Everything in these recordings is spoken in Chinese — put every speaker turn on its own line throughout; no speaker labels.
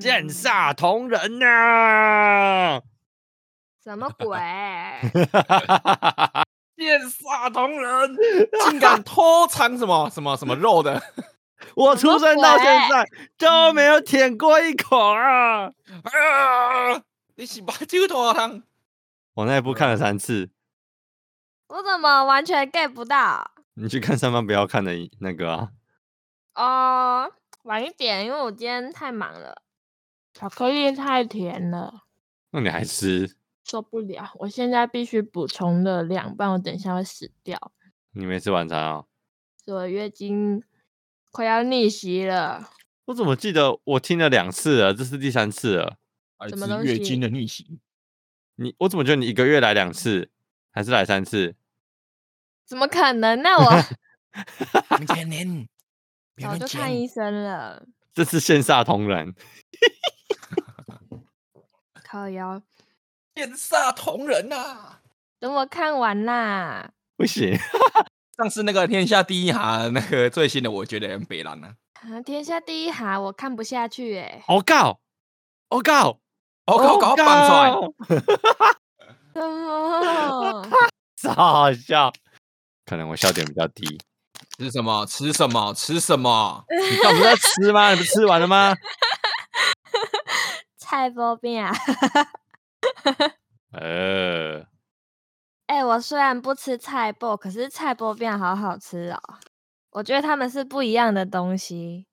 剑煞同人呐、
什么鬼？
剑煞同 人，
竟敢偷藏什么什么什么肉的？
我出生到现在都没有舔过一口啊！
啊！你是把酒头汤？
我那一部
啊
看了三次，
我怎么完全 get 不到？
你去看上班不要看的那个啊。
哦，晚一点，因为我今天太忙了，巧克力太甜了，
那你还吃？
受不了。我现在必须补充热量，不然我等一下会死掉。
你没吃晚餐啊？
所以我月经快要逆袭了，
我怎么记得我听了两次了，这是第三次了。
还
什么
是
东
月
西
经的 逆袭？
你我怎么觉得你一个月来两次，还是来三次？
怎么可能？ 那我
明 天年，不要
早
乱
就
讲
看医生了。
这是线煞同人，
靠腰，
剑煞同人呐！
等我看完啦。
不行。
上次那个天下第一行那个最新的，我觉得很北蓝啊。
啊，天下第一哈，我看不下去哎、
我告，我告，
我
哦
哦
靠，搞放出来！
告，
怎 么？
超 好笑。可能我笑点比较低。
吃什么？吃什么？吃什么？
你刚不是在吃吗？你不是吃完了吗？
菜包饼啊！
呃，
哎、我虽然不吃菜包，可是菜包饼好好吃哦。我觉得他们是不一样的东西。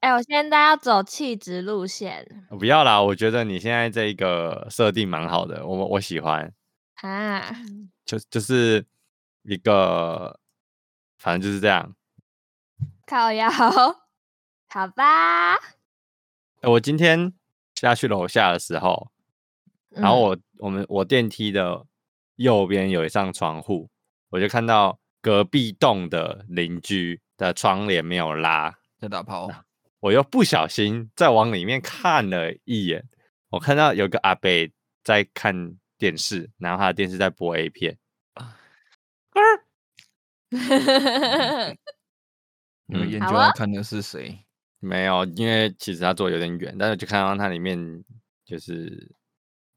哎、我现在要走气质路线
不要啦，我觉得你现在这一个设定蛮好的，我我喜欢，
啊！
就就是一个，反正就是这样。
靠腰，好吧。
呃我今天下去楼下的时候，然
嗯
后我、我们我电梯的右边有一扇窗户，我就看到隔壁栋的邻居的窗帘没有拉，
在 打炮，
我又不小心再往里面看了一眼，我看到有个阿伯在看电视，然后他的电视在播 A 片，
你们
嗯
研
好
究
啊
要看的是谁？
没有，因为其实他坐有点远，但是就看到他里面就是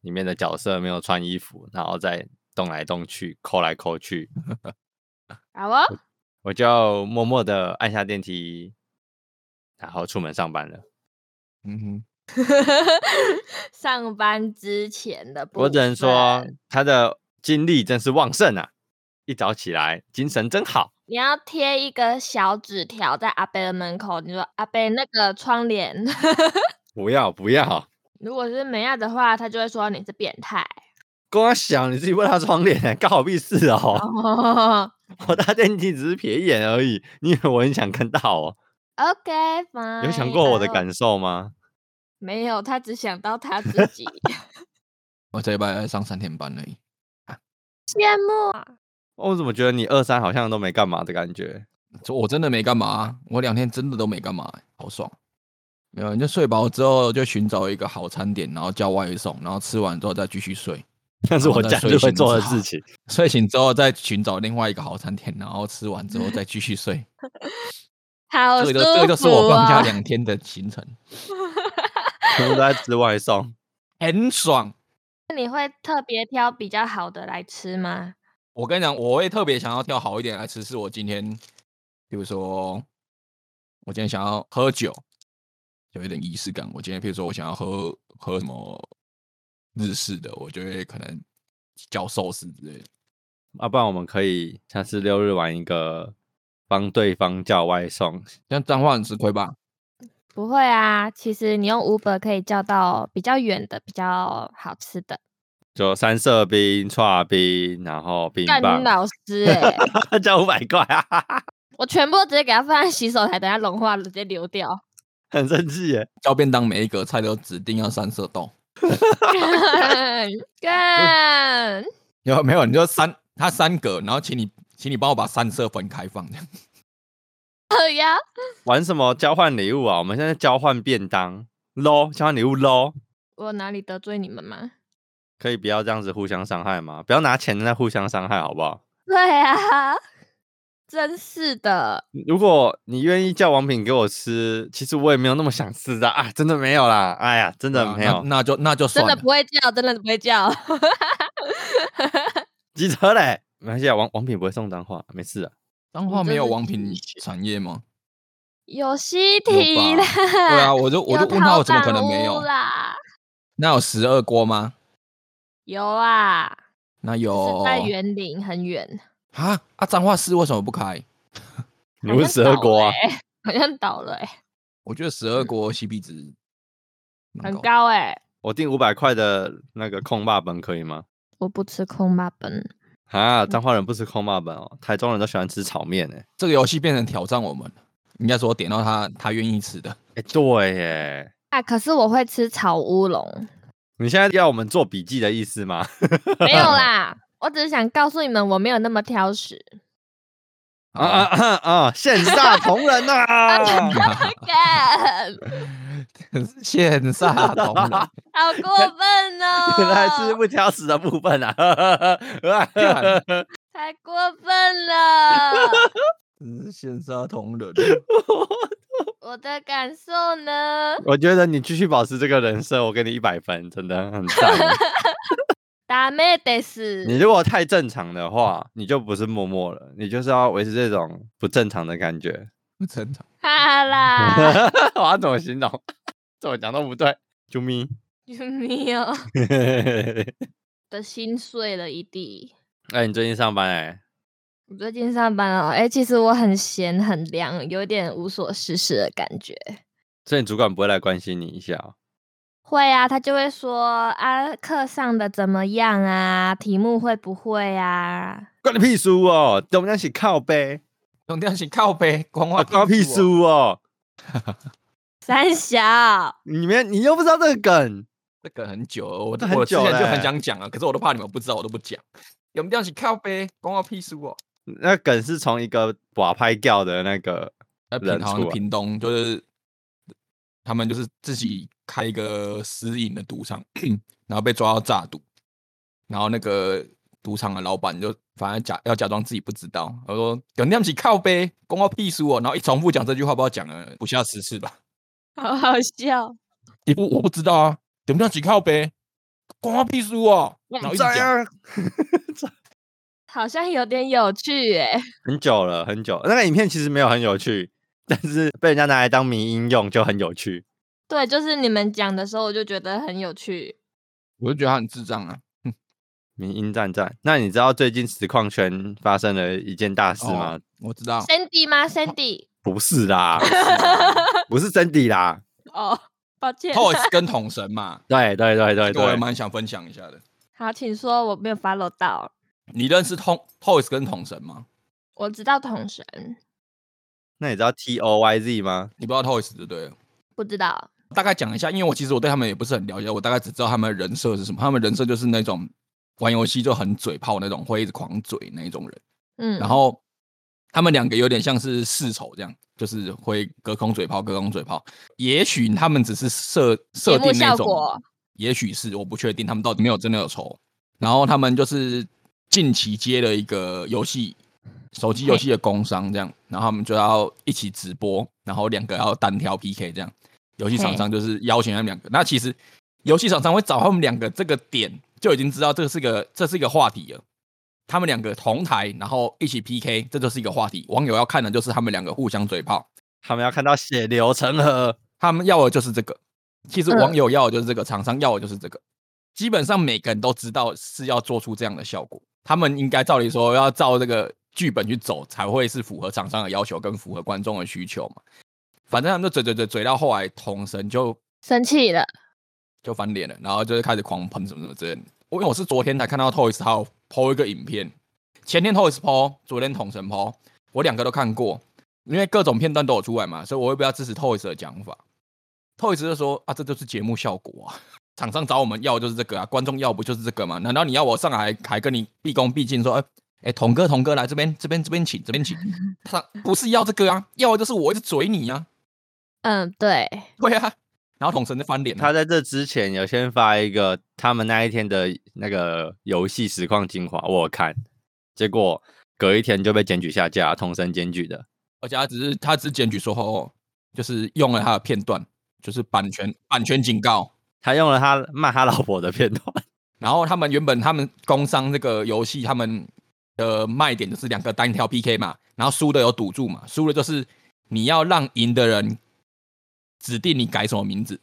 里面的角色没有穿衣服，然后在动来动去、抠来抠去，
好哦，
我就默默的按下电梯，然后出门上班了。
嗯哼，
上班之前的部
我只能说
分，
他的精力真是旺盛啊！一早起来精神真好。
你要贴一个小纸条在阿贝的门口，你说阿贝那个窗帘，
不要不要，
如果是美亚的话，他就会说你是变态。
跟我想你自己问他窗帘， 干我屁事哦！
哦、
我搭电梯只是瞥一眼而已，你以为我很想看到哦？
OK fine。
有想过我的
觉？
感受吗？
没有，他只想到他 自己，
我这礼拜要上三天班而已。
羡慕啊。
我怎么觉得你二三好像都没干嘛的感觉？
说我真的没干嘛，我两天真的都没干嘛，好爽。没有，你就睡饱之后就寻找一个好餐点，然后叫外送，然后吃完之后再继续睡，
那是
然后
我
再
假
睡
日会
醒
做的
之
事
后
情。
睡醒之后再寻找另外一个好餐点，然后吃完之后再继续 睡。
好哦
这
舒服
个就这个就是我放假
哦！
两天的行程，
全部都在吃外送。
很爽。
你会特别挑比较好的来吃吗？
我跟你讲，我会特别想要挑好一点来吃，是我今天，比如说，我今天想要喝酒，有一点仪式感。我今天，譬如说我想要喝喝什么日式的，我就会可能叫寿司之类的。
要、啊不然我们可以下次六日玩一个帮对方叫外送。
这样这样的话很吃亏吧？
不会啊，其实你用 Uber 可以叫到比较远的、比较好吃的。
就三色冰、串冰，然后
嗯
冰
干
棒
你，老师哎、
加五百块，啊
我全部都直接给它放在洗手台，等它融化了直接流掉。
很生气耶！
叫便当每一格菜都指定要三色豆，
干干，
有没有？你就三它三格，然后请你请你帮我把三色分开放，这样
哎呀，
玩什么交换礼物啊？我们现在交换便当喽，交换礼物喽，
我哪里得罪你们吗？
可以不要这样子互相伤害吗？不要拿钱在互相伤害，好不好？
对啊，真是的，
如果你愿意叫王品给我吃，其实我也没有那么想吃的啊，真的没有啦，哎呀，真的
啊
没
那
有，
那就那就
真
算
的
了。
不会叫，真的不会叫。
急车嘞，没关系啊，王王品不会送脏话，没事啊的。
彰
我
化
真
没有
的
王
是
品产业吗？
有西
有
提
吧
啦，
对 啊，我就
有
我就问他，
陶
我怎么可
板
能没
屋
有？
啦？
那有十二锅吗？
有啊，
那
只
有
是在园林很远，
啊啊！彰化市为什么不开？
你
好
问
像
十二
倒
国啊
了？欸 好像倒了欸，
我觉得十二锅 CP 值蛮
很
高的。
高哎，
我订五百块的那个空霸本可以吗？
我不吃空巴本。
啊，彰化人不吃空霸本哦，台中人都喜欢吃炒面欸诶、
这个游戏变成挑战我们，应该说点到他他愿意吃的。
哎、对耶，
啊，可是我会吃炒乌龙，
你现在要我们做笔记的意思吗？
没有啦，我只是想告诉你们，我没有那么挑 食。
啊啊啊啊！羡煞同仁呐、啊！
干，
线煞同仁，
好过分 哦！
原来是不挑食的部分啊！
太过分 了，
真是线煞 同仁。
我的感受呢？
我觉得你继续保持这个人设，我给你一百分，真的很赞。
ダメです。
你如果太正常的话，你就不是默默了，你就是要维持这种不正常的感觉。
不正常，
哈啦，
我要怎么形容？ 怎么讲都不对，救命！
没有
哎、
的心碎了一地。
你最近上班 哎、
我最近上班哦，哎、其实我很闲很凉，有点无所事事的感觉。
所以你主管不会来关心你一下、哦？
会啊，他就会说啊，课上的怎么样啊？题目会不会啊？
关你屁事哦！怎么样是靠背？
用掉是靠背，光
啊，
话
关我屁事
哦
哦！
三小，
你们你又不知道这个梗，
这个很久了，我
这
都
很
我之
久
前就
了欸
很想讲啊，可是我都怕你们不知道，我都不讲。有没有是靠背，光话屁事哦。
那梗是从一个瓦拍掉的那个
那
人
呃平好
出
像
来
屏东就是他们就是自己开一个私营的赌场， 然后被抓到诈赌，然后那个赌场的老板就反正假要假装自己不知道，他说有那么起靠背，公告屁书哦，然后一重复讲这句话，不知道讲了不下十次吧。
好好笑。
你不我不知道啊，有那么起靠背，公告屁书哦，然后一直
在
讲，
啊，
好像有点有趣哎、
很久了，很久。那个影片其实没有很有趣，但是被人家拿来当迷音用就很有趣。
对，就是你们讲的时候，我就觉得很有趣。
我就觉得他很智障啊。
迷音战战。那你知道最近实况圈发生了一件大事吗？
哦我知道，
Sandy 吗？Sandy？
不是啦，不是真的啦。
哦，抱歉。
Toys 跟统神 嘛，
对对对对
这个我也
对，
蛮想分享一下的。
好，请说，我没有 follow 到。
你认识通 Toys 跟统神吗？
我知道统神，
那你知道 T O Y Z 吗？
你不知道 Toys 就对了。
不知道。
大概讲一下，因为我其实我对他们也不是很了解，我大概只知道他们的人设是什么。他们人设就是那种玩游戏就很嘴炮那种，会一直狂嘴那一种人。
嗯，
然后他们两个有点像是世仇这样，就是会隔空嘴炮，隔空嘴炮。也许他们只是设设
节目
定那
效
种
果
也许是我不确定他们到底没有真的有仇。然后他们就是近期接了一个游戏手机游戏的工商这样，然后他们就要一起直播，然后两个要单挑 PK 这样。游戏厂商就是邀请他们两个，那其实游戏厂商会找他们两个这个点就已经知道这个是个这是一个话题了。他们两个同台，然后一起 PK，这就是一个话题。网友要看的就是他们两个互相嘴炮，
他们要看到血流成河。
他们要的就是这个。其实
嗯
网友要的就是这个，厂商要的就是这个。基本上每个人都知道是要做出这样的效果，他们应该照理说要照这个剧本去走，才会是符合厂商的要求跟符合观众的需求嘛。反正他们就嘴嘴嘴嘴到后来，童神就
生气了。
就翻脸了，然后就是开始狂喷什么什么之类的。我因为我是昨天才看到 Toys 他有 PO 一个影片，前天 Toys PO，昨天统神 PO，我两个都看过，因为各种片段都有出来嘛，所以我会比较支持 Toys 的讲法。Toys 就说啊，这就是节目效果啊，厂商找我们要的就是这个啊，观众要不就是这个嘛？难道你要我上来还跟你毕恭毕敬说，哎、哎，童哥童哥来这边这边这边请这边请，他不是要这个啊，要的就是我一直嘴你啊，
嗯，对，
对啊，然后统神就翻脸了，
他在这之前有先发一个他们那一天的那个游戏实况精华，我有看，结果隔一天就被检举下架，同声检举的。
而且他只是他只检举说后，就是用了他的片段，就是版权版权警告。
他用了他骂他老婆的片段，
然后他们原本他们工商这个游戏，他们的卖点就是两个单挑 PK 嘛，然后输的有赌注嘛，输的就是你要让赢的人指定你改什么名字，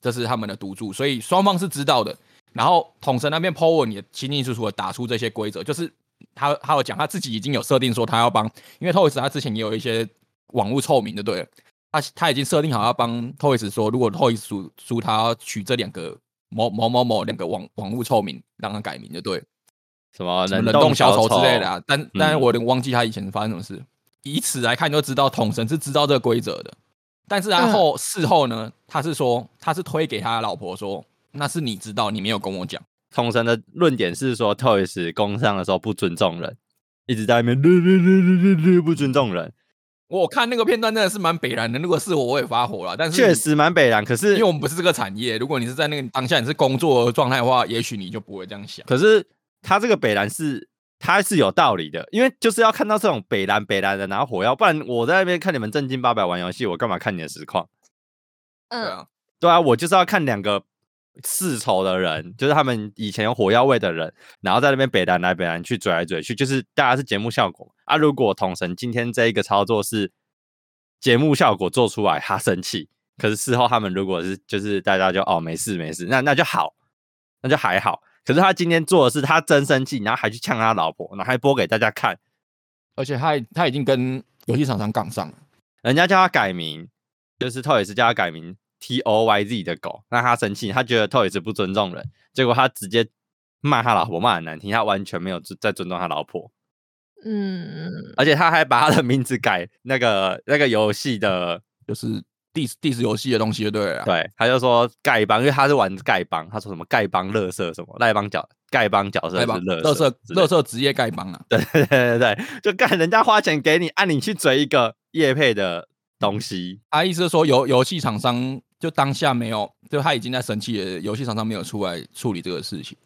这是他们的赌注，所以双方是知道的。然后统神那边 PO 文也清清楚楚的打出这些规则，就是他他有讲他自己已经有设定说他要帮，因为 Toys 他之前也有一些网络臭名的，对了，他他已经设定好要帮 Toys 说，如果 Toys 输输他要取这两个某某某某两个网网络臭名，让他改名就对了，
什么
什
冷
么冷冻小
丑
丑之类的、啊。但但是
嗯
我有点忘记他以前发生什么事。以此来看就知道统神是知道这个规则的，但是他
嗯
后、事后呢，他是说他是推给他老婆说，那是你知道，你没有跟我讲。
同声的论点是说，Toys 工伤的时候不尊重人，一直在那边噜噜噜噜噜噜不尊重人，
我看那个片段真的是蛮北然的，如果是我，我也发火了。但是
确，实蛮北然。可是
因为我们不是这个产业，如果你是在那个当下你是工作状态的话，也许你就不会这样想。
可是他这个北兰是他是有道理的，因为就是要看到这种北兰北兰的拿火药，不然我在那边看你们正经八百玩游戏，我干嘛看你的实况？
对
嗯，
啊，
对啊，我就是要看两个世仇的人，就是他们以前有火药味的人，然后在那边北兰来北兰去，嘴来嘴去，就是大家是节目效果啊。如果统神今天这一个操作是节目效果做出来，他生气，可是事后他们如果是就是大家就哦没事没事，那那就好，那就还好。可是他今天做的是他真生气，然后还去呛他老婆，然后还播给大家看，
而且他他已经跟游戏厂商杠上了。
人家叫他改名，就是 Toys 叫他改名 T O Y Z 的狗，让他生气，他觉得 Toys 不尊重人，结果他直接骂他老婆，骂得很难听，他完全没有尊在尊重他老婆，
嗯，
而且他还把他的名字改那个那个游戏的，
就是 diss diss 游戏的东西就对了啊。
对，他就说丐帮，因为他是玩丐帮，他说什么丐帮乐色什么，丐帮角丐帮角色
丐
是
帮，
乐
乐色
乐
乐
色，
色职业丐帮啊，
对对对对，对就干人家花钱给你，啊按、你去追一个叶配的东西，
他意思是说游游戏厂商就当下没有，就他已经在生气了，游戏厂商没有出来处理这个事情，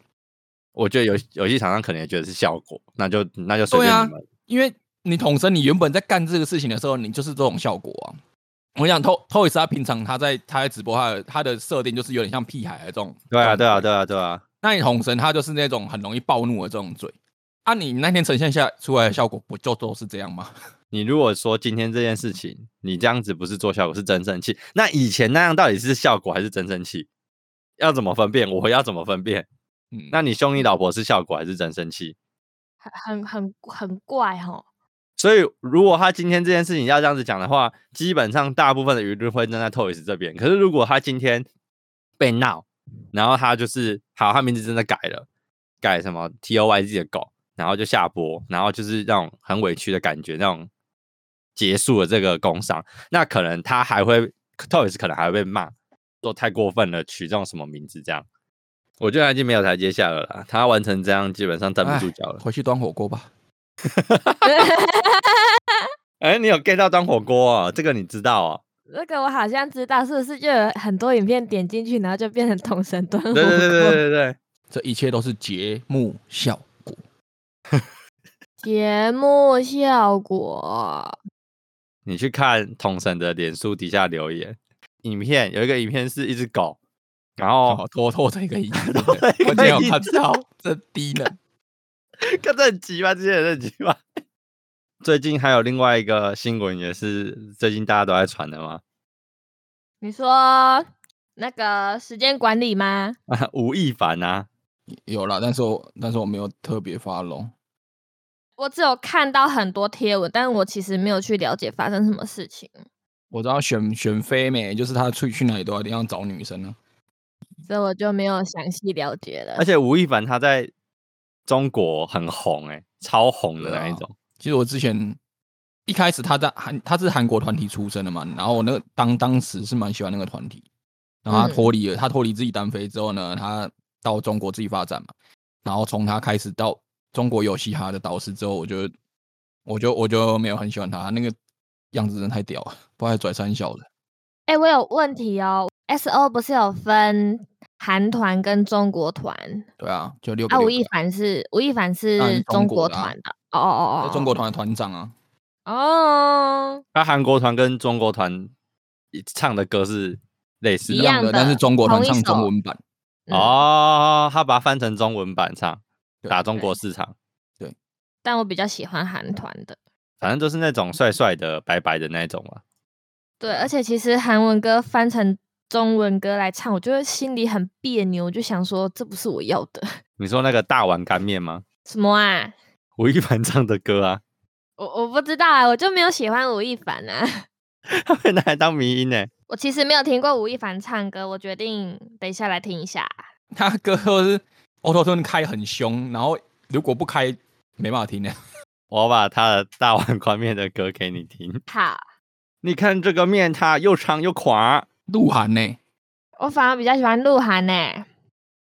我觉得游游戏厂商可能也觉得是效果，那就那就随
对
便
啊
你们。
因为你统神你原本在干这个事情的时候，你就是这种效果啊。我想偷偷一次，他平常他在他在直播，他的他的设定就是有点像屁孩的这种。
对啊，
这
对
种
啊，。对啊，对啊，
那你统神他就是那种很容易暴怒的这种嘴啊，你那天呈现下出来的效果不就都是这样吗？
你如果说今天这件事情，你这样子不是做效果，是真生气，那以前那样到底是效果还是真生气？要怎么分辨？我要怎么分辨？
嗯，
那你凶你老婆是效果还是真生气？
很很很怪 哈。
所以，如果他今天这件事情要这样子讲的话，基本上大部分的舆论会站在 Toys 这边。可是，如果他今天被闹，然后他就是好，他名字真的改了，改什么 T O Y Z 的狗，然后就下播，然后就是那种很委屈的感觉，那种结束了这个工伤，那可能他还会 Toys 可能还会被骂，说太过分了，取这种什么名字这样。我觉得他已经没有台阶下了啦，他完成这样基本上站不住
唉
脚了。
回去端火锅吧。
哎、你有 get 到端火锅哦，这个你知道哦。
这个我好像知道，是不是就有很多影片点进去，然后就变成同神端 火
对对对对
锅
对对，
这一切都是节目效果。
节目效果？
你去看统神的脸书底下留言，影片有一个影片是一只狗，然后
哦，拖拖这个 影子，
拖这个
我没有
影
看
子
到，这低能。
看 这很奇怪，这些人很奇怪。最近还有另外一个新闻，也是最近大家都在传的嘛，
你说那个时间管理吗？
啊，吴亦凡啊，
有啦，但是我但是我没有特别发龙。
我只有看到很多贴文，但我其实没有去了解发生什么事情，
我知道选选妃美，就是他出去去哪里都一定要找女生啊。
所以我就没有详细了解了
而。且吴亦凡他在中国很红、欸，超红的
对啊
那一种。
其实我之前一开始他在韩，他是韩国团体出身的嘛，然后我那个当当时是蛮喜欢那个团体，然后他
嗯
脱离了，他脱离自己单飞之后呢，他到中国自己发展嘛，然后从他开始到中国有嘻哈的导师之后，我就我就我就没有很喜欢他，那个样子真的太屌了，不爱拽三小的。
哎、我有问题哦。S O 不是有分韩团跟中国团。
对啊，就六个
啊，
六
吴
个
亦凡是吴亦凡是
是中
中
国
国
的啊
团的。哦哦哦
就
哦，
中国团的团长啊，
哦，
他韩国团跟中国团唱的歌是类似
一
的
样
的，
的
但是中国团
同一
唱中
首
文版，
嗯，
哦，他把它翻成中文版唱，
对
打中
对
国市场。
但我比较喜欢韩团的。
反正就是那种帅帅的、白白的那一种嘛。
对，
嗯
而且其实韩文歌翻成中文歌来唱，我就会心里很别扭，我就想说这不是我要的
你说那个大碗干面吗？
什么啊，
吴亦凡唱的歌啊，
我我不知道啊，我就没有喜欢吴亦凡啊。
他被拿来当迷音呢、
我其实没有听过吴亦凡唱歌，我决定等一下来听一下。
他歌都是 auto tune 开很凶，然后如果不开没办法听的。
我把他的大碗宽面的歌给你听。
好，
你看这个面，它又长又垮。
鹿晗呢？
我反而比较喜欢鹿晗呢、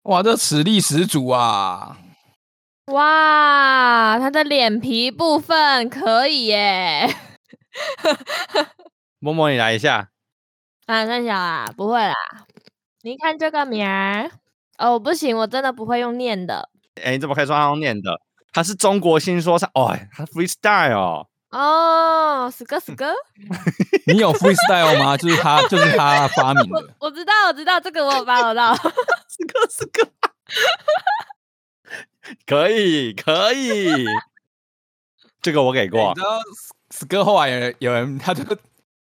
哇，这实力十足啊！
哇，他的脸皮部分可以耶、
默默，你来一下。
啊，三小啊，不会啦。你看这个名儿，哦，不行，我真的不会用念的。
哎，你怎么可以说他用念的？他是中国新说唱，哦，他 freestyle 哦。
哦，死哥死哥，
你有 freestyle 吗？就是他，就是他发明的。
我知道我知道，这 个我有把我到。
是个是个，可以可以，这个我给过
哎你知。道斯哥后来有人有人，他就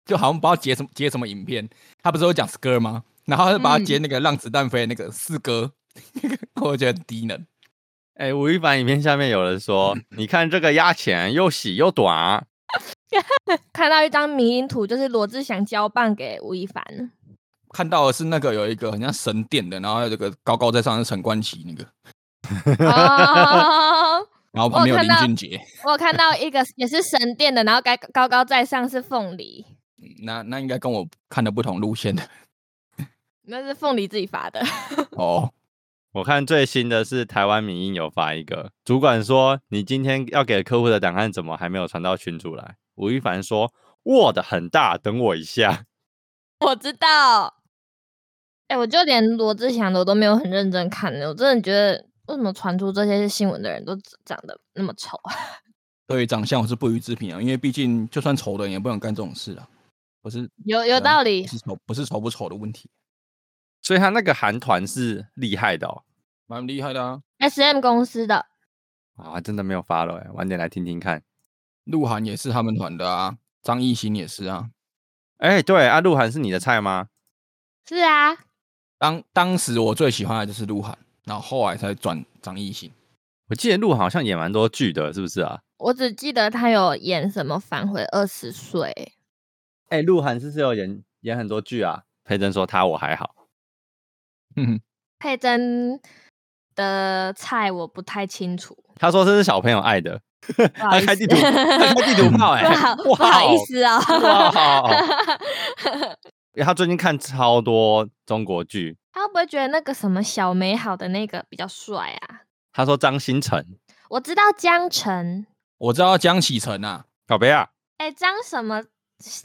就好像不知道截什么截什么影片，他不是有讲斯哥吗？然后他就把
嗯
他截那个让子弹飞的那个四哥， 我觉得很低能。
哎，吴亦凡影片下面有人说， 你看这个压钱又洗又短，
看到一张迷因图，就是罗志祥交棒给吴亦凡。
看到的是那个有一个很像神殿的，然后有这个高高在上的陈冠希那个，
哦，
然后旁边有
我看到
林俊杰，
我有看到一个也是神殿的，然后高高高在上是凤梨，
嗯那那应该跟我看的不同路线的
那是凤梨自己发的。
哦。
我看最新的是台湾民音有发一个，主管说你今天要给客户的档案怎么还没有传到群组来？吴亦凡说 Word 很大，等我一下。
我知道。哎、我就连罗志祥的我都没有很认真看呢，我真的觉得为什么传出这些新闻的人都长得那么丑啊？
对于长相我是不予置评啊，因为毕竟就算丑的人也不能干这种事啊。不是
有有
对啊
道理
不，是丑不是丑不丑的问题，
所以他那个韩团是厉害的哦，
蛮厉害的啊。
S M 公司的
啊，真的没有发了哎，晚点来听听看。
鹿晗也是他们团的啊，张艺兴也是啊。
哎，对，啊，鹿晗是你的菜吗？
是啊，
当当时我最喜欢的就是鹿晗，然后后来才转张艺兴。
我记得鹿晗好像也蛮多剧的，是不是啊？
我只记得他有演什么《返回二十岁》，
哎，鹿晗是不是有演演很多剧啊？佩珍说他我还好，
哼哼，
佩珍的菜我不太清楚，
他说这是小朋友爱的，
不好
他
意
开
思，
地图，他开地图炮哎、
不
哦
好 不好意思啊、
哇
哦。
哦，因为他最近看超多中国剧，
他会不会觉得那个什么小美好的那个比较帅啊？
他说张新成、
我知道江辰，
我知道江启程啊，
搞贝啊，
哎，张什么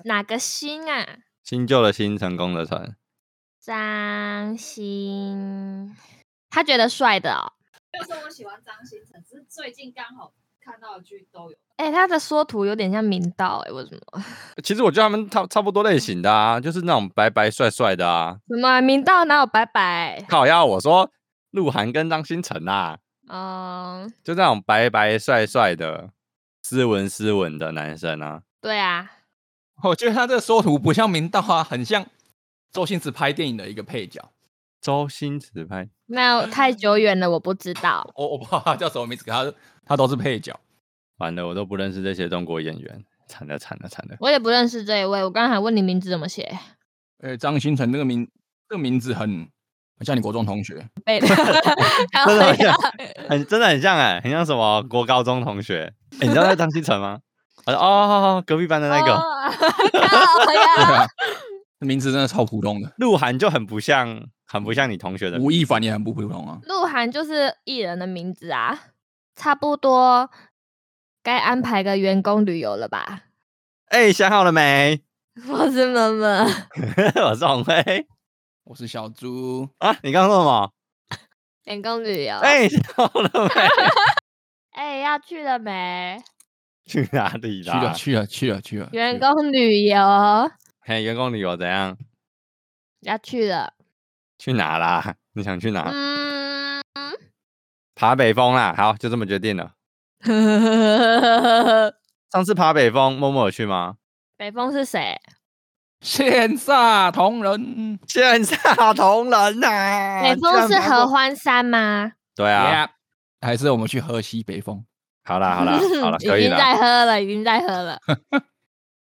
哪个星啊？
新旧的新，成功的成，
张星，他觉得帅的哦。
没有说我喜欢张新成，只是最近刚好看到的剧都有。
哎，他的缩图有点像明道，哎，为什么？
其实我觉得他们差差不多类型的啊，就是那种白白帅帅的啊。
什么明道哪有白白？
靠要我说鹿晗跟张新成啊，
嗯，
就那种白白帅帅的、斯文斯文的男生啊。
对啊，
我觉得他这个缩图不像明道啊，很像周星驰拍电影的一个配角。
周星驰拍
那太久远了，我不知道。
我我不知道他叫什么名字，可他他都是配角。
完了，我都不认识这些中国演员，惨了惨了惨了。
我也不认识这一位，我刚才还问你名字怎么写，
呃，张新成这个名这个名字很很像你国中同学，
背的，然后
真的很
也
像，很真的很像哎、很像什么国高中同学。哎、你知道那张新成吗？我说哦，隔壁班的那个
哦 靠呀
对啊，这名字真的超普通的。
鹿晗就很不像，很不像你同学的。
吴亦凡也很不普通啊，
鹿晗就是艺人的名字啊，差不多该安排个员工旅游了吧？
哎、想好了没？
我是妈妈，
我是红飞。
我是小猪。
啊！你刚刚说什
哦
么？
员工旅游，哎、
哎、笑了没？
要去了没？
去哪里
去
啦？
了去了去了去了，
员
嗯
去
工旅游
嘿，员工旅游怎样？
要去了，
去哪啦？你想去哪？
嗯，
爬北峰啦。好，就这么决定了。上次爬北峰，默默有去吗？
北风是谁？
羡煞同人。
羡煞同 人呐、
北风是合
和
欢山吗？
对啊，
Yeah，还是我们去河西北风？
好啦好啦 好啦，
已
可以
经
了。
在喝了，已经在喝 了。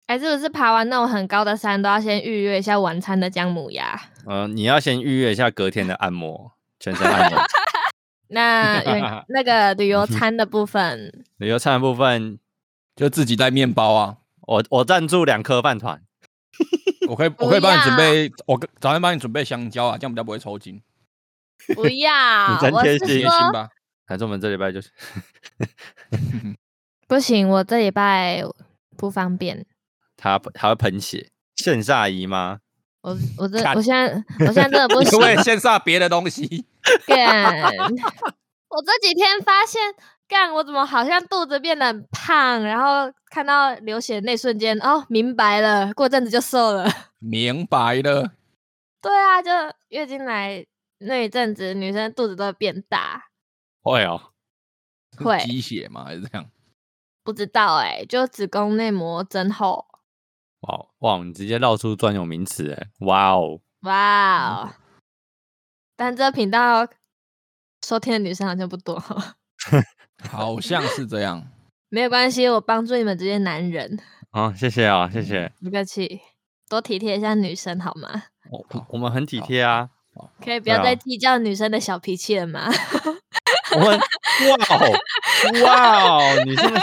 哎、是不是爬完那种很高的山都要先预约一下晚餐的姜母鸭？
嗯、你要先预约一下隔天的按摩，全身按摩。
那原那个旅
嗯
游餐的部分，
旅游餐的部分，
就自己带面包啊。
我我赞助两颗饭团。
我可以，
不
我可以帮你准
要
备，我跟早上帮你准备香蕉啊，这样比较不会抽筋。
不 要，
真
我
贴
是
心
贴
说
心吧，
反正我们这礼拜就是
不行，我这礼拜不方便。
他他会喷血，羡煞姨妈。
我我这
看
我现在我现在真的 不
因
行
为线上别的东西，
干。 我这几天发现，干我怎么好像肚子变得很胖，然后看到流血那瞬间，哦，明白了，过阵子就瘦了。
明白了。
对啊，就月经来那一阵子，女生肚子都会变大，
会哦，
是
会
鸡血嘛，还是这样？
不知道哎、就子宫内膜增厚。
哇哇，你直接绕出专有名词哎，哇哦，
哇哦！但这频道收听的女生好像不多，
好像是这样。
没有关系，我帮助你们这些男人，
啊，谢谢啊，谢谢，
不客气，多体贴一下女生好吗？
嗯
我我们很体贴啊，
可以不
对
要再
啊
计较女生的小脾气了吗？
我们哇哦哇哦，你真的，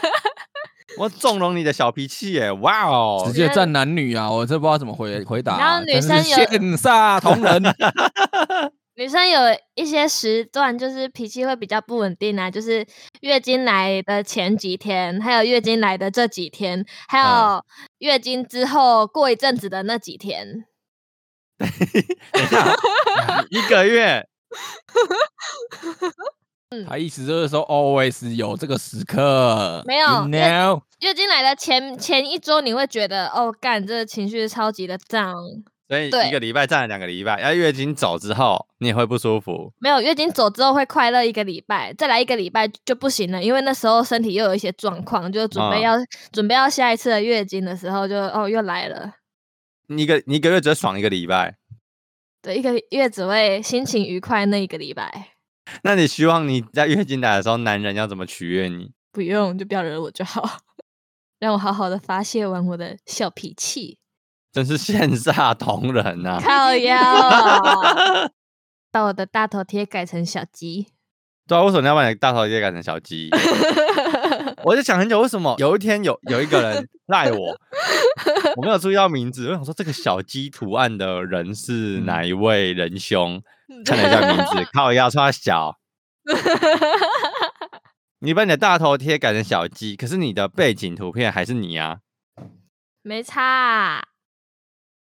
我纵容你的小脾气耶，哇
直
哦，
接占男女啊，我这不知道怎么回回答、啊。
然后女
真是
生有
羡煞同 人，
女生有一些时段就是脾气会比较不稳定啊，就是月经来的前几天，还有月经来的这几天，还有
嗯
月经之后过一阵子的那几天，
等一下一个月
嗯
他意思就是说 always 有这个时刻，
没有
you know，
月经来的前前一周，你会觉得哦，干，这情绪超级的胀。
所以
对
一个礼拜占了两个礼拜，然后月经走之后你也会不舒服，
没有月经走之后会快乐一个礼拜，再来一个礼拜就不行了，因为那时候身体又有一些状况，就准备
嗯
要、准备要下一次的月经的时候就，哦又来了。
你一个你一个月只会爽一个礼拜，
对，一个月只会心情愉快那一个礼拜，
那你希望你在月经来的时候，男人要怎么取悦你？
不用就不要惹我就好， 让我好好的发泄完我的小脾气。
真是羡煞同啊人呐、
靠腰，把我的大头贴改成小鸡。
对啊，为什么你要把你的大头贴改成小鸡？我就想很久，为什么有一天有有一个人赖我，我没有注意到名字，我想说这个小鸡图案的人是哪一位仁兄？ 看了一下名字，靠腰说他小，你把你的大头贴改成小鸡，可是你的背景图片还是你啊？
没差、啊，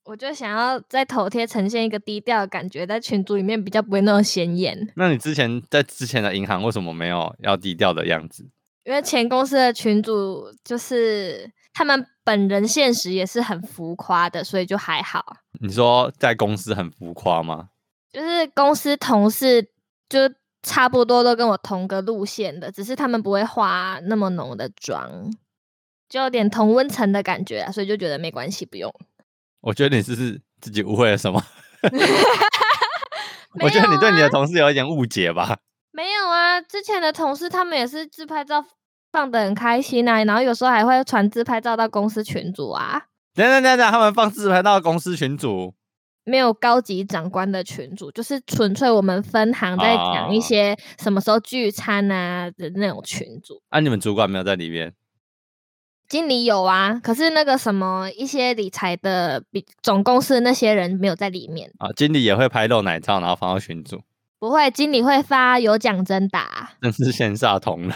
我就想要在头贴呈现一个低调的感觉，在群组里面比较不会那么显眼。
那你之前在之前的银行为什么没有要低调的样子？
因为前公司的群主就是他们本人现实也是很浮夸的，所以就还好。
你说在公司很浮夸吗？
就是公司同事就差不多都跟我同个路线的，只是他们不会化那么浓的妆，就有点同温层的感觉啊，所以就觉得没关系，不用。
我觉得你是不是自己误会了什么？我
没
觉得你
有
对你的同事有一点误解吧。
没有啊，之前的同事他们也是自拍照放的很开心啊，然后有时候还会传自拍照到公司群组啊，
等等等等，他们放自拍到公司群组，
没有高级长官的群组，就是纯粹我们分行在讲一
啊
些什么时候聚餐啊的那种群组。
啊，你们主管没有在里面？
经理有啊，可是那个什么一些理财的比总公司的那些人没有在里面，
啊，经理也会拍露奶照，然后放到群组，
不会，经理会发有奖征答，
真是羡煞同人。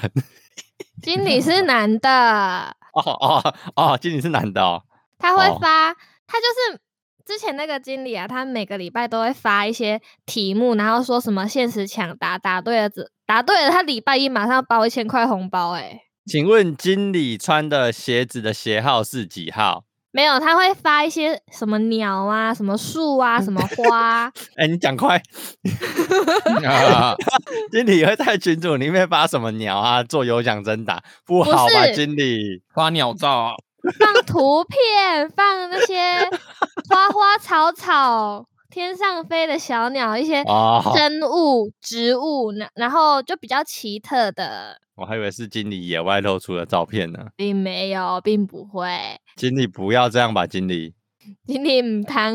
经理是男的。
哦哦哦，经理是男的哦，
他会
哦
发，他就是之前那个经理啊，他每个礼拜都会发一些题目，然后说什么限时抢答，答对了只答对了，他礼拜一马上包一千块红包、欸。哎，
请问经理穿的鞋子的鞋号是几号？
没有，他会发一些什么鸟啊、什么树啊、什么花啊
哎、你讲快！
啊
经理会在群组里面发什么鸟啊？做有奖征答，不好吧，
是
经理？
发鸟照，啊
放图片，放那些花花草草、天上飞的小鸟，一些
哦，
生物、植物，然然后就比较奇特的，
我还以为是经理野外露出的照片呢。
并没有，并不会。
经理不要这样吧，经理。
今天唔谈，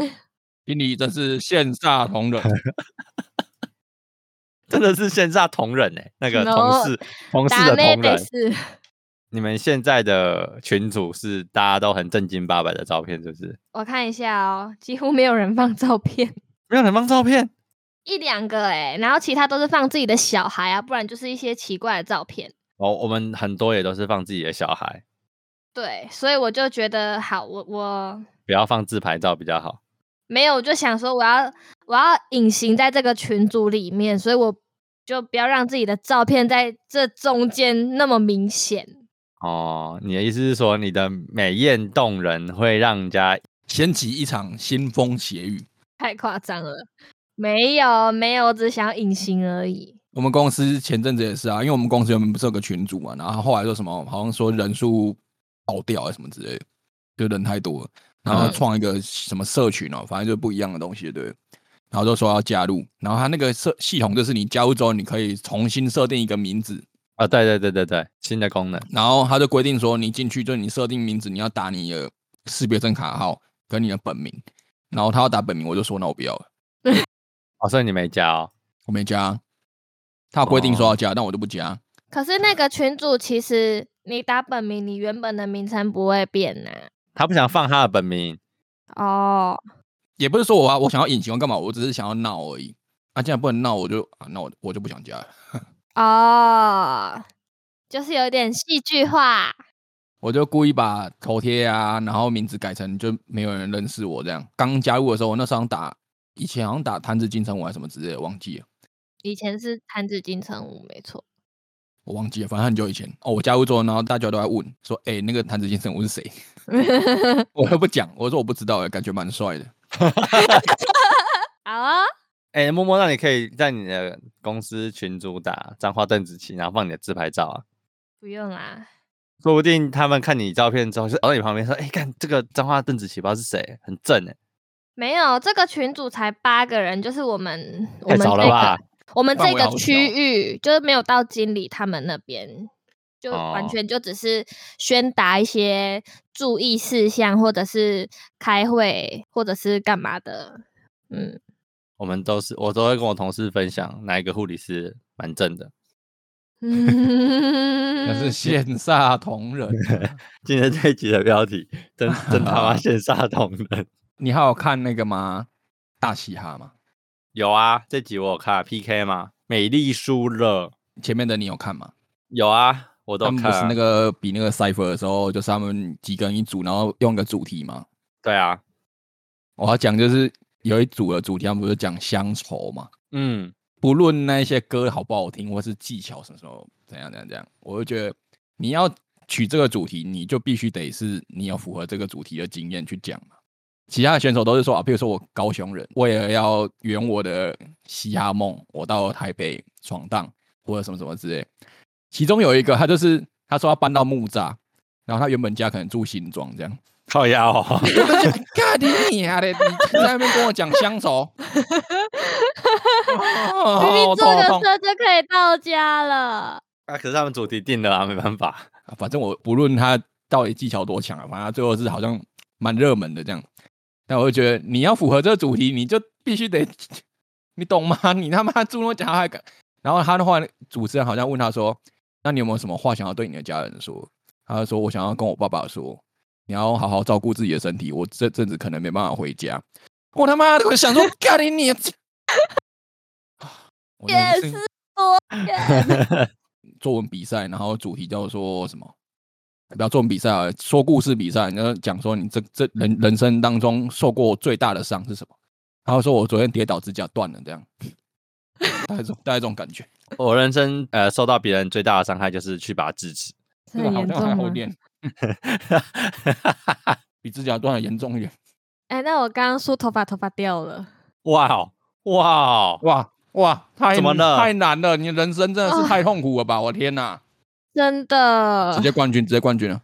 经理真是羡煞同仁。
真的是线下同仁哎、那个同
No，
事同事
打
的
咩
同
得
仁，
是
你们现在的群主是大家都很正经八百的照片，是不是？
我看一下哦，几乎没有人放照片，
没有人放照片，
一两个哎、然后其他都是放自己的小孩啊，不然就是一些奇怪的照片。
哦，我们很多也都是放自己的小孩，
对，所以我就觉得好，我我
不要放自拍照比较好。
没有，我就想说我要我要隐形在这个群组里面，所以我就不要让自己的照片在这中间那么明显。
哦，你的意思是说你的美艳动人会让人家
掀起一场腥风血雨。
太夸张了，没有没有，我只想隐形而已。
我们公司前阵子也是啊，因为我们公司原本不是有个群主嘛，然后后来说什么好像说人数爆掉啊什么之类的，就人太多了，然后
嗯
创一个什么社群哦，反正就不一样的东西，对。然后就说要加入，然后他那个设系统就是你加入之后，你可以重新设定一个名字，
啊、对对对对对，新的功能
然后他就规定说，你进去就你设定名字，你要打你的识别证卡号跟你的本名，然后他要打本名，我就说那我不要了，
哦，所以你没加哦。
我没加。啊他有规定说
哦
要加，但我就不加。
可是那个群主其实你打本名，你原本的名称不会变呐、啊
他不想放他的本名，
哦，
也不是说我要我想要隐形我干嘛，我只是想要闹而已。啊，既然不能闹，我就啊，那我我就不想加了，
哦，就是有点戏剧化。
我就故意把头贴啊，然后名字改成就没有人认识我这样。刚加入的时候，我那时候好像打以前好像打贪字金城武还是什么之类的，忘记了，
以前是弹指金城武，没错。
我忘记了，反正很久以前哦。我加入之后，然后大家都在问说，哎、那个贪字金城武是谁？ 我都不讲，我说我不知道、欸，感觉蛮帅的。
好啊、
哎、默默，那你可以在你的公司群组打脏话邓紫棋，然后放你的自拍照啊。
不用啦，
说不定他们看你照片之后，就走到你旁边说：“哎、看这个彰化邓紫棋，不知道是谁，很正哎、
没有这个群组才八个人，就是我们我
太
们哎
少
这
了吧
个我们
范
这
围
个
好小
区域就是没有到经理他们那边，就完
哦
全就只是宣达一些注意事项，或者是开会，或者是干嘛的。嗯，
我们都是，我都会跟我同事分享哪一个护理师蛮正的。
但是
嗯，
羡煞同 人啊、
今天这一集的标题，真真他妈羡煞同人。
你还有看那个吗？大嘻哈吗？
有啊，这集我有看 PK 嘛，美丽输了。
前面的你有看吗？
有啊，我都
他们不
看、
是
啊。
那个比那个 cipher 的时候，就是他们几个人一组，然后用一个主题嘛。
对啊，
我要讲就是有一组的主题，他们不是讲乡愁嘛？
嗯，
不论那一些歌好不好听，或是技巧什么什么怎样怎样怎样，我就觉得你要取这个主题，你就必须得是你有符合这个主题的经验去讲嘛。其他的选手都是说啊，比如说我高雄人，为了要圆我的嘻哈梦，我到台北闯荡或者什么什么之类。其中有一个他就是他说要搬到木栅，然后他原本家可能住新 庄这样。
靠腰、哦。
我就想，干你你啊的，你在那边跟我讲乡愁。
明
哦
明坐
头
个
痛
车就可以到家了。
啊，可是他们主题定了啊，没办法。
啊反正我不论他到底技巧多强啊，反正他最后是好像蛮热门的这样。但我就觉得你要符合这个主题，你就必须得，你懂吗？你他妈猪诺讲还敢？然后他的话，主持人好像问他说：“那你有没有什么话想要对你的家人说？”他就说：“我想要跟我爸爸说，你要好好照顾自己的身体，我这阵子可能没办法回家。”我他妈的，我想说， 干你你！ 我真的
也
是
是多
作文比赛，然后主题叫做什么？不要做比赛啊，说故事比赛，你要讲说你这这人人生当中受过最大的伤是什么？然后说我昨天跌倒指甲断了，这样， 大概这种大概这种感觉，
我人生呃受到别人最大的伤害就是去拔智齿，
这
这个
很
好
严
像
重啊
啊还好一
吗？
点，比指甲断的严重一点。
哎、那我刚刚梳头发，头发掉了，
哇哦哇哦，
哇哇，太
怎么了
太难了，你人生真的是
啊
太痛苦了吧！我天哪，
真的
直。接冠军，直接冠军了。啊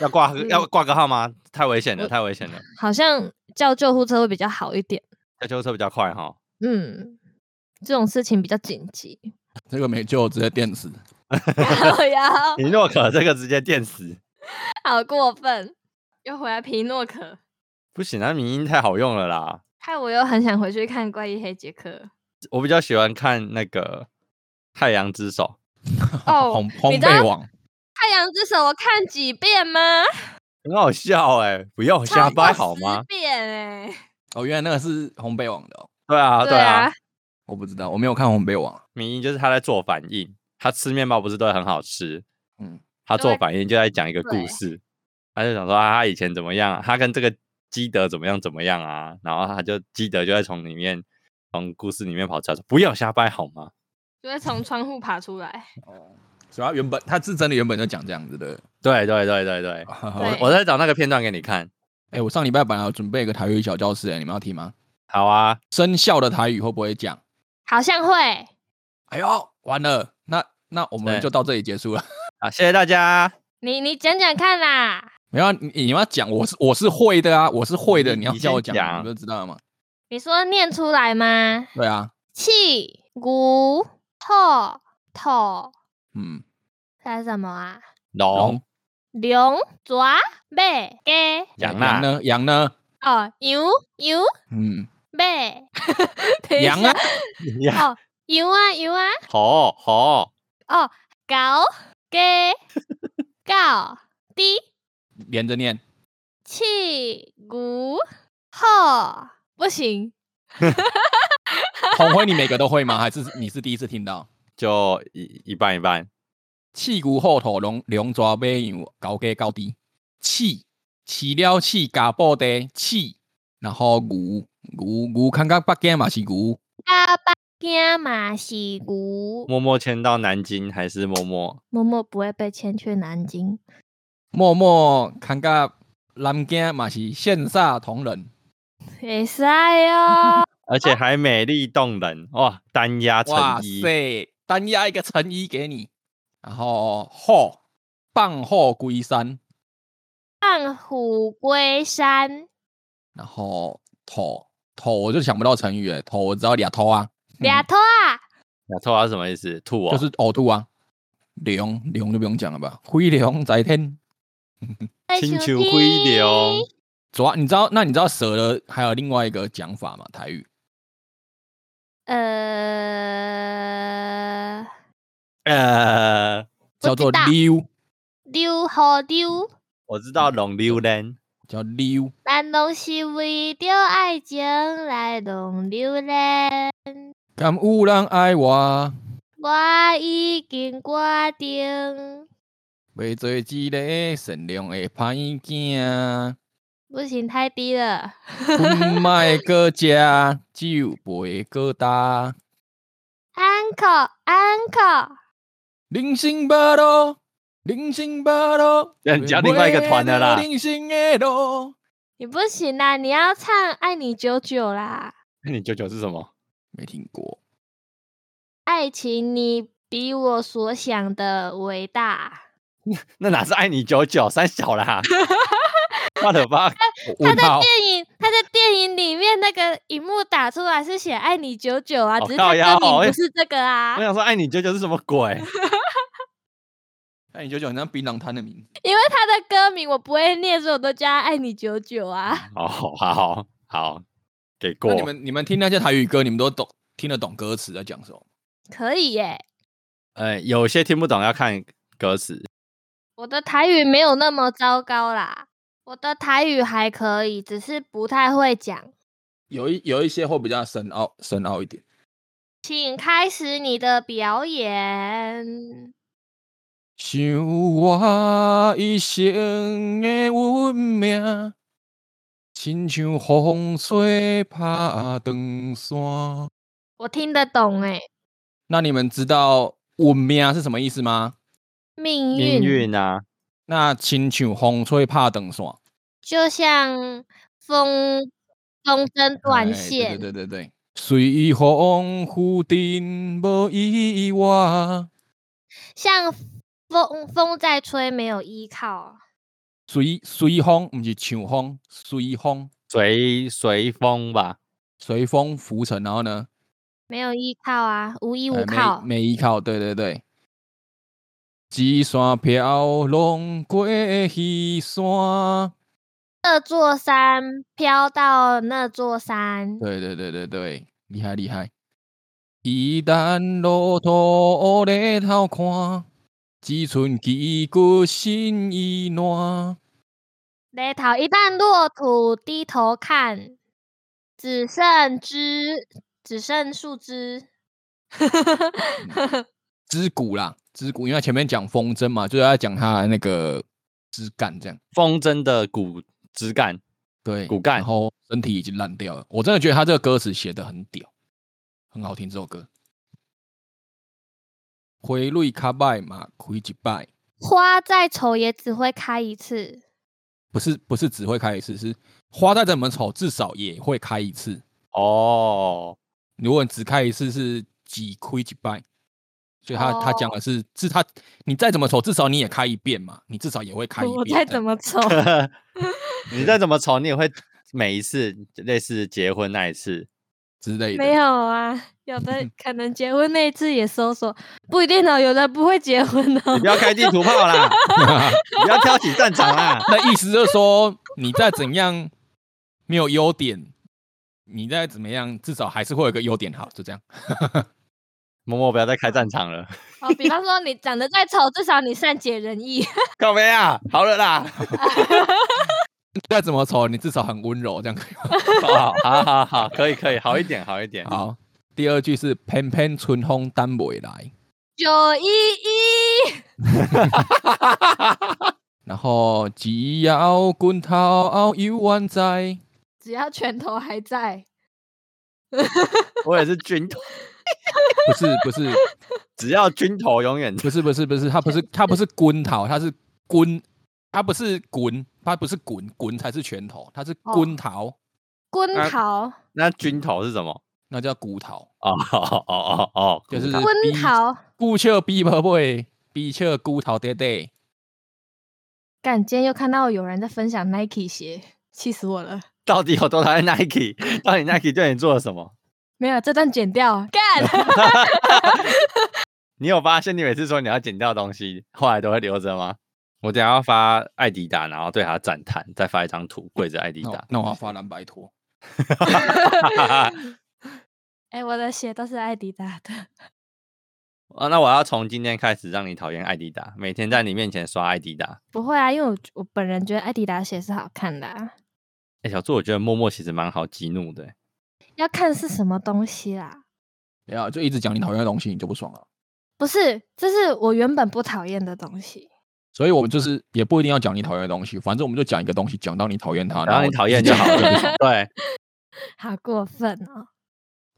要挂要挂个号吗？太危险了，
我
太危险了，
好像叫救护车会比较好一点。
叫救护车比较快哈。
嗯，这种事情比较紧急。
这个没救，直接电死。
好呀，
你诺可这个直接电死，
好过分，又回来皮诺可。
不行啊，迷音太好用了啦。
害我又很想回去看《怪异黑杰克
我比较喜欢看那个《太阳之手》，》
哦。
烘
你
烘
知道
焙
《
网，
太阳之手》我看几遍吗？
很好笑哎、不要我
超
瞎
过
掰好吗
十？遍哎、
哦，原来那个是烘焙网的、哦，
对啊，
对
对啊，，
我不知道，我没有看烘焙网。
迷音就是他在做反应，他吃面包不是都很好吃，
嗯，
他
就
做
会
反应就在讲一个故
对
事，他就想说啊，他以前怎么样啊，他跟这个基德怎么样怎么样啊，然后他就基德就在从里面从故事里面跑出来说，不要瞎掰好吗？
就会从窗户爬出来。
哦，主要原本他是真的原本就讲这样子的。
对对对对对，
我
对
我我再找那个片段给你看，
哎、我上礼拜本来有准备一个台语小教室、哎，你们要听吗？
好啊，
生肖的台语会不会讲？
好像会，
哎呦，完了，那那我们
对
就到这里结束了。
好，谢谢大家。
你你讲讲看啦。
没有啊，你你们要讲，我是我是会的啊，我是会的，
你
你要
你
叫我
先
讲，
讲
你们知道吗？
你说念出来吗？
对啊，
气骨透透，
嗯，
这是什么啊？
龙
龙、蛇、马、鸡。
羊
羊
啊，
呢？羊呢？
哦，羊、羊、
嗯，
马。 等一
羊啊
下，
羊
哦，羊啊，羊啊。
好好
哦，狗、鸡、狗、猪、
连着念。
气、牛、鹤。不行，
红辉，你每个都会吗？还是你是第一次听到？
就一一半一半。
气骨后头龙龙爪尾羊高低高低，气起了气加布袋气，然后牛牛牛看看北京嘛是牛，
阿巴惊嘛是牛。
默默迁到南京还是默默？
默默不会被牵去南京。
默默看看南京嘛是羡煞同仁，
会使哦，
而且还美丽动人哇！单压成
哇
衣，
塞，单压一个成衣给你，然后后棒后归山，
放虎归山，
然后头头我就想不到成语了，头我知道俩头啊，嗯
俩头啊，
那臭蛙是什么意思？吐哦，
就是呕吐啊。龙龙就不用讲了吧，飞龙在天。
青丘灰流。
主要你知道，那你知道蛇的还有另外一个讲法吗？台语
呃，
呃，
不
叫做
知道
溜，
溜好溜，
我知道龙溜人，
叫溜。
咱拢是为着爱情来弄流连。
敢有人爱我，
我已经决定，
袂做一个善良的歹囝，
不行，太低了。
分卖搁食酒杯搁打，
Uncle，Uncle，
人生八路，人生八路。
那你加另外一个团的啦
人生的路，
你不行啦，你要唱《爱你久久》啦，
那你舅舅是什么？
没听过。
爱情你比我所想的伟大。
那哪是爱你久久三小啦？我的妈！
我
他
问
在
号
电影，他在电影里面那个荧幕打出来是写“爱你久久”啊，
哦
只是
靠
他
腰
歌
哦
名
哎
不是这个啊
我，想说爱你久久是什么鬼？
哎那你就讲像槟榔摊的名字。
因为他的歌名我不会念，所以我都叫他“爱你久久”啊。
好哦好好好，给过
那你们你们听那些台语歌，你们都懂听得懂歌词在讲什么？
可以耶，
呃，有些听不懂要看歌词。
我的台语没有那么糟糕啦，我的台语还可以，只是不太会讲。
有一有一些会比较深奥深奥一点。
请开始你的表演。
想我一生的运命，亲像风吹拍长山。
我听得懂哎、
那你们知道“运命”是什么意思吗？
命
命
运
运啊，
那亲像风吹拍长山，
就像风风筝
哎
断
对
线，
对对对对，随风浮沉无意外，
像风风在吹，没有依靠。
随随风不是像风，随风
随随风吧，
随风浮沉，然后呢，
没有依靠啊，无依
呃
无靠，
没没依靠，对对对。一山飘浪过虚山，
这座山飘到那座山，
对对对对对，厉害厉害。一旦路途咧头看，只剩旗鼓心已乱。
雷头一旦落土，低头看，只剩枝，只剩树枝。
枝骨啦，枝骨，因为它前面讲风筝嘛，就是要讲它的那个枝干这样。
风筝的骨枝干，
对，
骨干
然后身体已经烂掉了。我真的觉得他这个歌词写的很屌，很好听。这首歌，回瑞卡拜嘛，回一拜，
花再丑也只会开一次，
不是不是只会开一次，是花再怎么丑，至少也会开一次。
哦，
如果你只开一次，是几亏几拜。所以他、
哦
他讲的是，是他你再怎么丑，至少你也开一遍嘛，你至少也会开一遍。
我再怎么丑，
你再怎么吵，你也会每一次类似结婚那一次，
之类的。
没有啊。有 的可能结婚那一次也搜索，不一定哦。有的不会结婚
你
哦
不。要开地图炮啦， 你不要挑起战场啦。
那意思就是说，你再怎样没有优点，你再怎么样，至少还是会有一个优点。好，就这样。
默默不要再开战场了，
哦，比方说你长得再丑，至少你善解人意。
告没啊？好了啦，
再怎么丑，你至少很温柔，这样可 以吗？
好好好好，可以可以，好一点好一点。
好，第二句是“偏偏春风单未来
九一一，”，
然后“只要滚头有万在
只要拳头还在，
我也是军头，”，
不是不是
只要军头永远
不是不是不是，它不是它不是滚头，它是滚，它不是滚，它不是滚滚才是拳头，它是
哦
滚头，
滚
啊
桃，
那军头是什么？
那叫骨头，
哦哦哦哦，
就是
骨头
滚
比
桃。
顾笑比宝贝，比笑骨头爹爹。
干，今天又看到有人在分享 Nike 鞋，气死我了！
到底有多讨厌 Nike？到底 Nike 对你做了什么？
没有这段剪掉，干
你有发现你每次说你要剪掉东西，后来都会留着吗？我等一下要发艾迪达，然后对他赞叹，再发一张图跪着艾迪
那我
达。
那我要发蓝白拖。
哦
哎、我的鞋都是艾迪达的，
啊，那我要从今天开始让你讨厌艾迪达，每天在你面前刷艾迪达。
不会啊，因为我我本人觉得艾迪达鞋是好看的、啊，
哎、小猪，我觉得默默其实蛮好激怒的欸、
要看是什么东西啦。
不要啊就一直讲你讨厌的东西，你就不爽了。
不是，这是我原本不讨厌的东西。
所以我们就是也不一定要讲你讨厌的东西，反正我们就讲一个东西，讲到你讨厌它，
然后你
我
讨厌就好
就不
了
爽。
对，
好过分哦！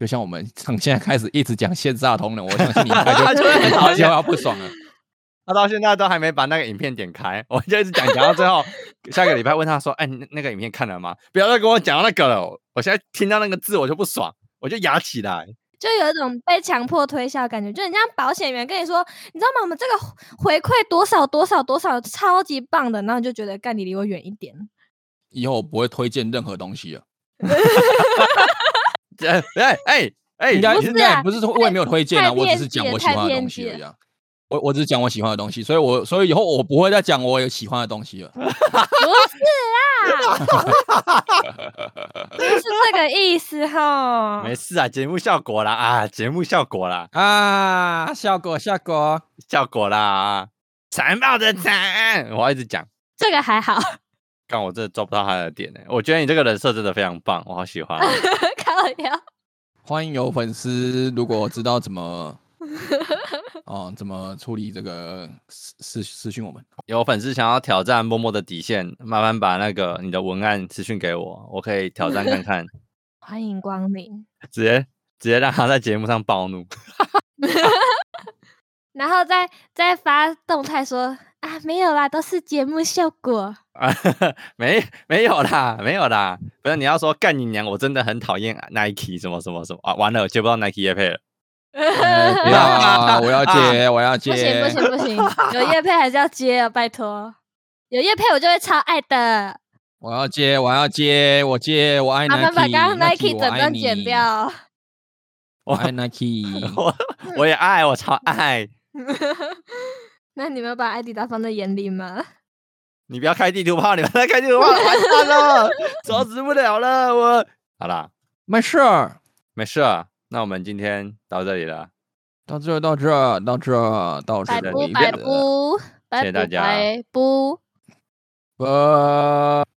就像我们从现在开始一直讲线下同仁，我相信你应该就
就会很讨厌
就要不爽了。
他到现在都还没把那个影片点开，我就一直讲讲到最 后，下个礼拜问他说：“哎、你那那个影片看了吗？不要再跟我讲到那个了，我我现在听到那个字我就不爽，我就牙起来。
就有一种被强迫推销的感觉，就很像保险员跟你说，你知道吗？我们这个回回馈多少多少多少，超级棒的，然后你就觉得干你离我远一点。
以后我不会推荐任何东西了。
哎哎哎哎，
应该
不
应
是
该
啊
也不是说我也没有推荐啊，
太
我只是
偏激
讲
了
我喜
太
欢的
偏
东西
激
而已
了
啊。我我只是讲我喜欢的东西，所以我所以以后我不会再讲我有喜欢的东西了。
不是啦，不是这个意思哈。
没事啊，节目效果啦啊，节目效果啦，
啊，效果效果，
效果啦啊，残暴的残，我要一直讲，
这个还好，
但我真的抓不到他的点呢、我觉得你这个人设真的非常棒，我好喜欢哦、
靠腰。
欢迎有粉丝如果知道怎么 哦，怎么处理这个私私私讯我们？
有粉丝想要挑战默默的底线，麻烦把那个你的文案私讯给我，我可以挑战看看，
欢迎光临。
直接直接让他在节目上暴怒。
然后再再发动态说啊，没有啦，都是节目效果。
啊，没没有啦，没有啦，不是你要说干你娘，我真的很讨厌 Nike 什么什么什么啊，完了接不到 Nike 也配了，
哎不要啊，我要接，我要
不行不
接
行。不 行，有叶配还是要接啊，拜托。有叶配我就会超爱的，
我要接，我要接，我接，我爱
麻
Nike，
烦把啊刚刚
Nike
整
我爱
段
你
剪。掉。
我爱 Nike，
我我也爱，我超爱，
那你们把艾迪达放在眼里吗？
你不要开地图炮，你不要开地图炮，完蛋了，阻止不了了，我好啦，
没事儿，
没事儿，那我们今天到这里了，
到这儿到这儿到这儿到这
百
的
不
里
百
面
不，
谢谢大家
百不。
不。